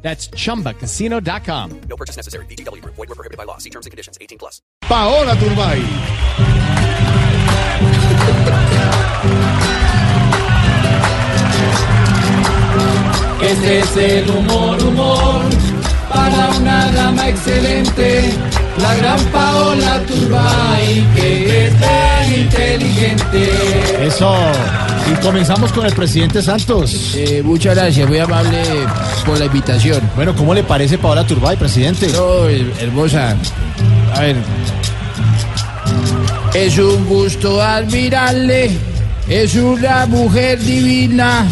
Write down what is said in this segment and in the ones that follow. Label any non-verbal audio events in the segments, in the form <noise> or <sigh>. That's chumbacasino.com. No purchase necessary. BGW. Void were prohibited by law. See terms and conditions. 18 plus. Paola Turbay. Este es el humor, humor, para una dama excelente, la gran Paola Turbay, que es tan inteligente. Eso. Y comenzamos con el presidente Santos. Eh, muchas gracias, muy amable por la invitación. Bueno, ¿cómo le parece Paola Turbay, presidente? No, hermosa, a ver, es un gusto admirarle, es una mujer divina.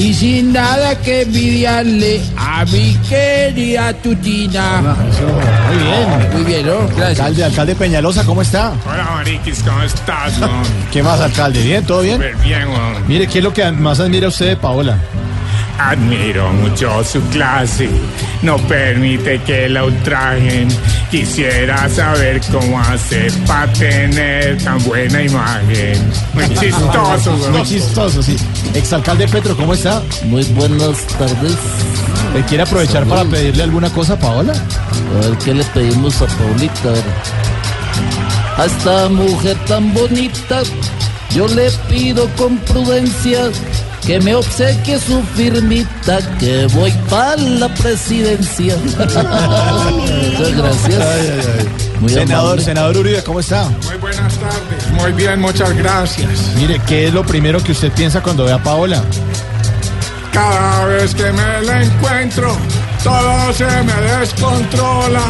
Y sin nada que envidiarle a mi querida Tutina. Muy bien. Muy bien, ¿no? Gracias. Alcalde, alcalde Peñalosa, ¿cómo está? Hola, Mariquis, ¿cómo estás? weón? ¿Qué más, alcalde? ¿Bien? ¿Todo bien? Súper bien, weón. Mire, ¿qué es lo que más admira usted de Paola? Admiro mucho su clase. No permite que la ultrajen. Quisiera saber cómo hacer para tener tan buena imagen. Muy chistoso, Muy weón. chistoso, sí. Exalcalde Petro, ¿cómo está? Muy buenas tardes. ¿Le quiere aprovechar para pedirle alguna cosa a Paola? A ver qué le pedimos a Paulita. A, ver. A esta mujer tan bonita, yo le pido con prudencia que me obsequie su firmita, que voy para la presidencia. <laughs> Muchas gracias. Muy Senador, amable. senador Uribe, ¿cómo está? Muy buenas tardes. Muy bien, muchas gracias. Mire, ¿qué es lo primero que usted piensa cuando ve a Paola? Cada vez que me la encuentro, todo se me descontrola.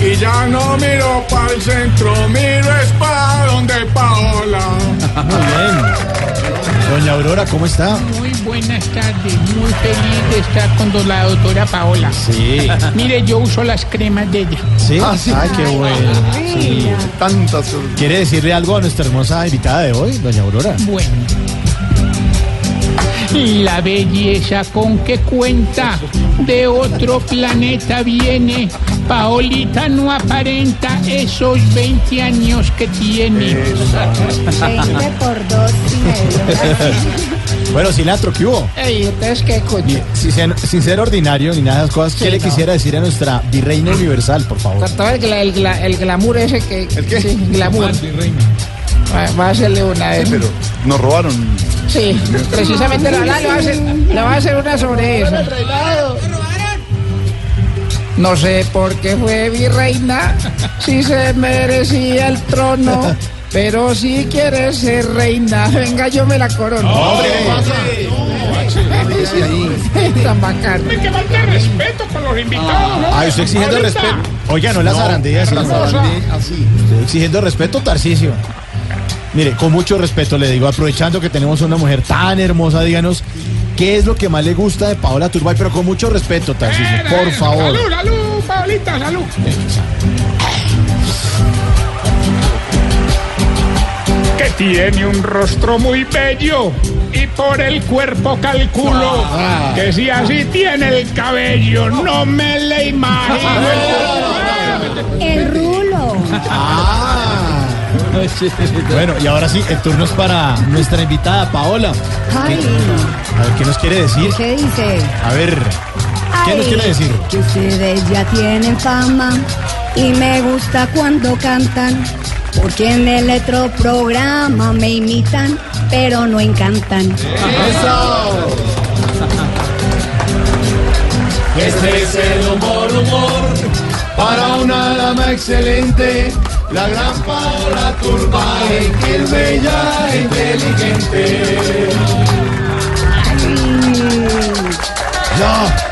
Y ya no miro para el centro, miro es para donde Paola. Muy bien. Doña Aurora, ¿cómo está? Muy buenas tardes, muy feliz de estar con do- la doctora Paola. Sí. Mire, yo uso las cremas de ella. Ah, ¿Sí? Ay, qué bueno. Sí. ¿Quiere decirle algo a nuestra hermosa invitada de hoy, doña Aurora? Bueno. La belleza con que cuenta de otro planeta viene. Paolita no aparenta esos 20 años que tiene. 20 por 2 y medio. <laughs> Bueno, cilantro, ¿qué hubo? Ey, entonces qué coño. Sin ser, sin ser ordinario ni nada de esas cosas, ¿qué le quisiera decir a nuestra virreina universal, por favor? Todo el, gla- el gla- el glamour ese que... ¿El qué? glamour. Va, va a hacerle una vez. Pero nos robaron. Sí, precisamente la, la, le va a hacer, le va a hacer una sobre eso. No sé por qué fue virreina, si se merecía el trono, pero si quiere ser reina, venga yo me la corono. <laughs> Tan bacano. Hay que falta respeto con los invitados, ¿no? Ay, Ah, estoy exigiendo Ahorita. respeto. Oiga, no las zarandillas, sino- Así. Estoy exigiendo respeto, Tarcisio. Mire, con mucho respeto le digo, aprovechando que tenemos una mujer tan hermosa, díganos, ¿qué es lo que más le gusta de Paola Turbay? Pero con mucho respeto, Tarcisio, por favor. Salud, salud, Paolita, salud. Que tiene un rostro muy bello y por el cuerpo calculo que si así tiene el cabello no me le imagino. El rulo. Ah. <laughs> Bueno, y ahora sí, el turno es para nuestra invitada Paola. Ay, A ver, ¿qué nos quiere decir? ¿qué dice? A ver, ¿qué Ay, nos quiere decir? Que ustedes ya tienen fama y me gusta cuando cantan. Porque en el otro programa me imitan, pero no encantan. Este es el humor, humor, para una dama excelente, la gran Paola Turbay, que es bella e inteligente. Ay, No,